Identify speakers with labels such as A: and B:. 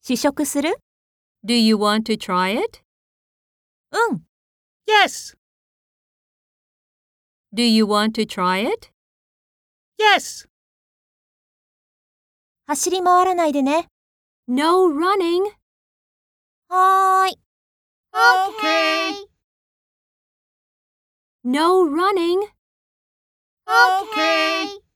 A: 試食する
B: Do you want to try it?
A: うん。
C: Yes.
B: Do you want to try it?
C: Yes.
A: 走り回らないでね。
B: No running.
A: はーい。
C: Okay.
B: No running.
C: Okay.